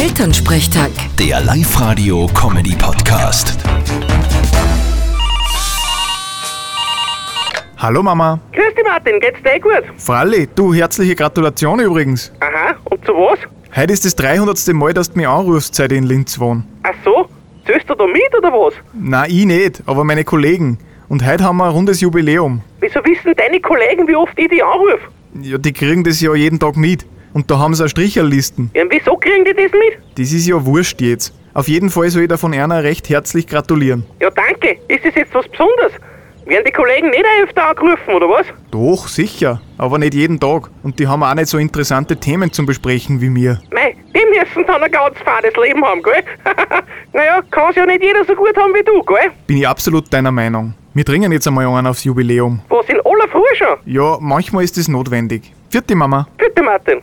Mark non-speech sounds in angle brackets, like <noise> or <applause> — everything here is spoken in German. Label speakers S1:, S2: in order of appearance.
S1: Elternsprechtag.
S2: Der Live-Radio-Comedy-Podcast.
S3: Hallo Mama.
S4: Grüß dich, Martin. Geht's dir eh gut?
S3: Fralli, du, herzliche Gratulation übrigens.
S4: Aha, und zu was?
S3: Heute ist das 300. Mal, dass du mich anrufst, seit ich in Linz wohne.
S4: Ach so, zählst du da mit oder was?
S3: Na, ich nicht, aber meine Kollegen. Und heute haben wir ein rundes Jubiläum.
S4: Wieso wissen deine Kollegen, wie oft ich dich anrufe?
S3: Ja, die kriegen das ja jeden Tag mit. Und da haben sie auch Stricherlisten.
S4: Ja, und wieso kriegen die das mit?
S3: Das ist ja wurscht jetzt. Auf jeden Fall soll ich da von einer recht herzlich gratulieren.
S4: Ja, danke. Ist das jetzt was Besonderes? Werden die Kollegen nicht auch öfter angerufen, oder was?
S3: Doch, sicher, aber nicht jeden Tag. Und die haben auch nicht so interessante Themen zum Besprechen wie mir.
S4: Mei, die müssen dann ein ganz fades Leben haben, gell? <laughs> naja, kann's ja nicht jeder so gut haben wie du, gell?
S3: Bin ich absolut deiner Meinung. Wir dringen jetzt einmal an aufs Jubiläum.
S4: Was in aller Früh schon?
S3: Ja, manchmal ist es notwendig. Vierte Mama.
S4: Bitte, Martin.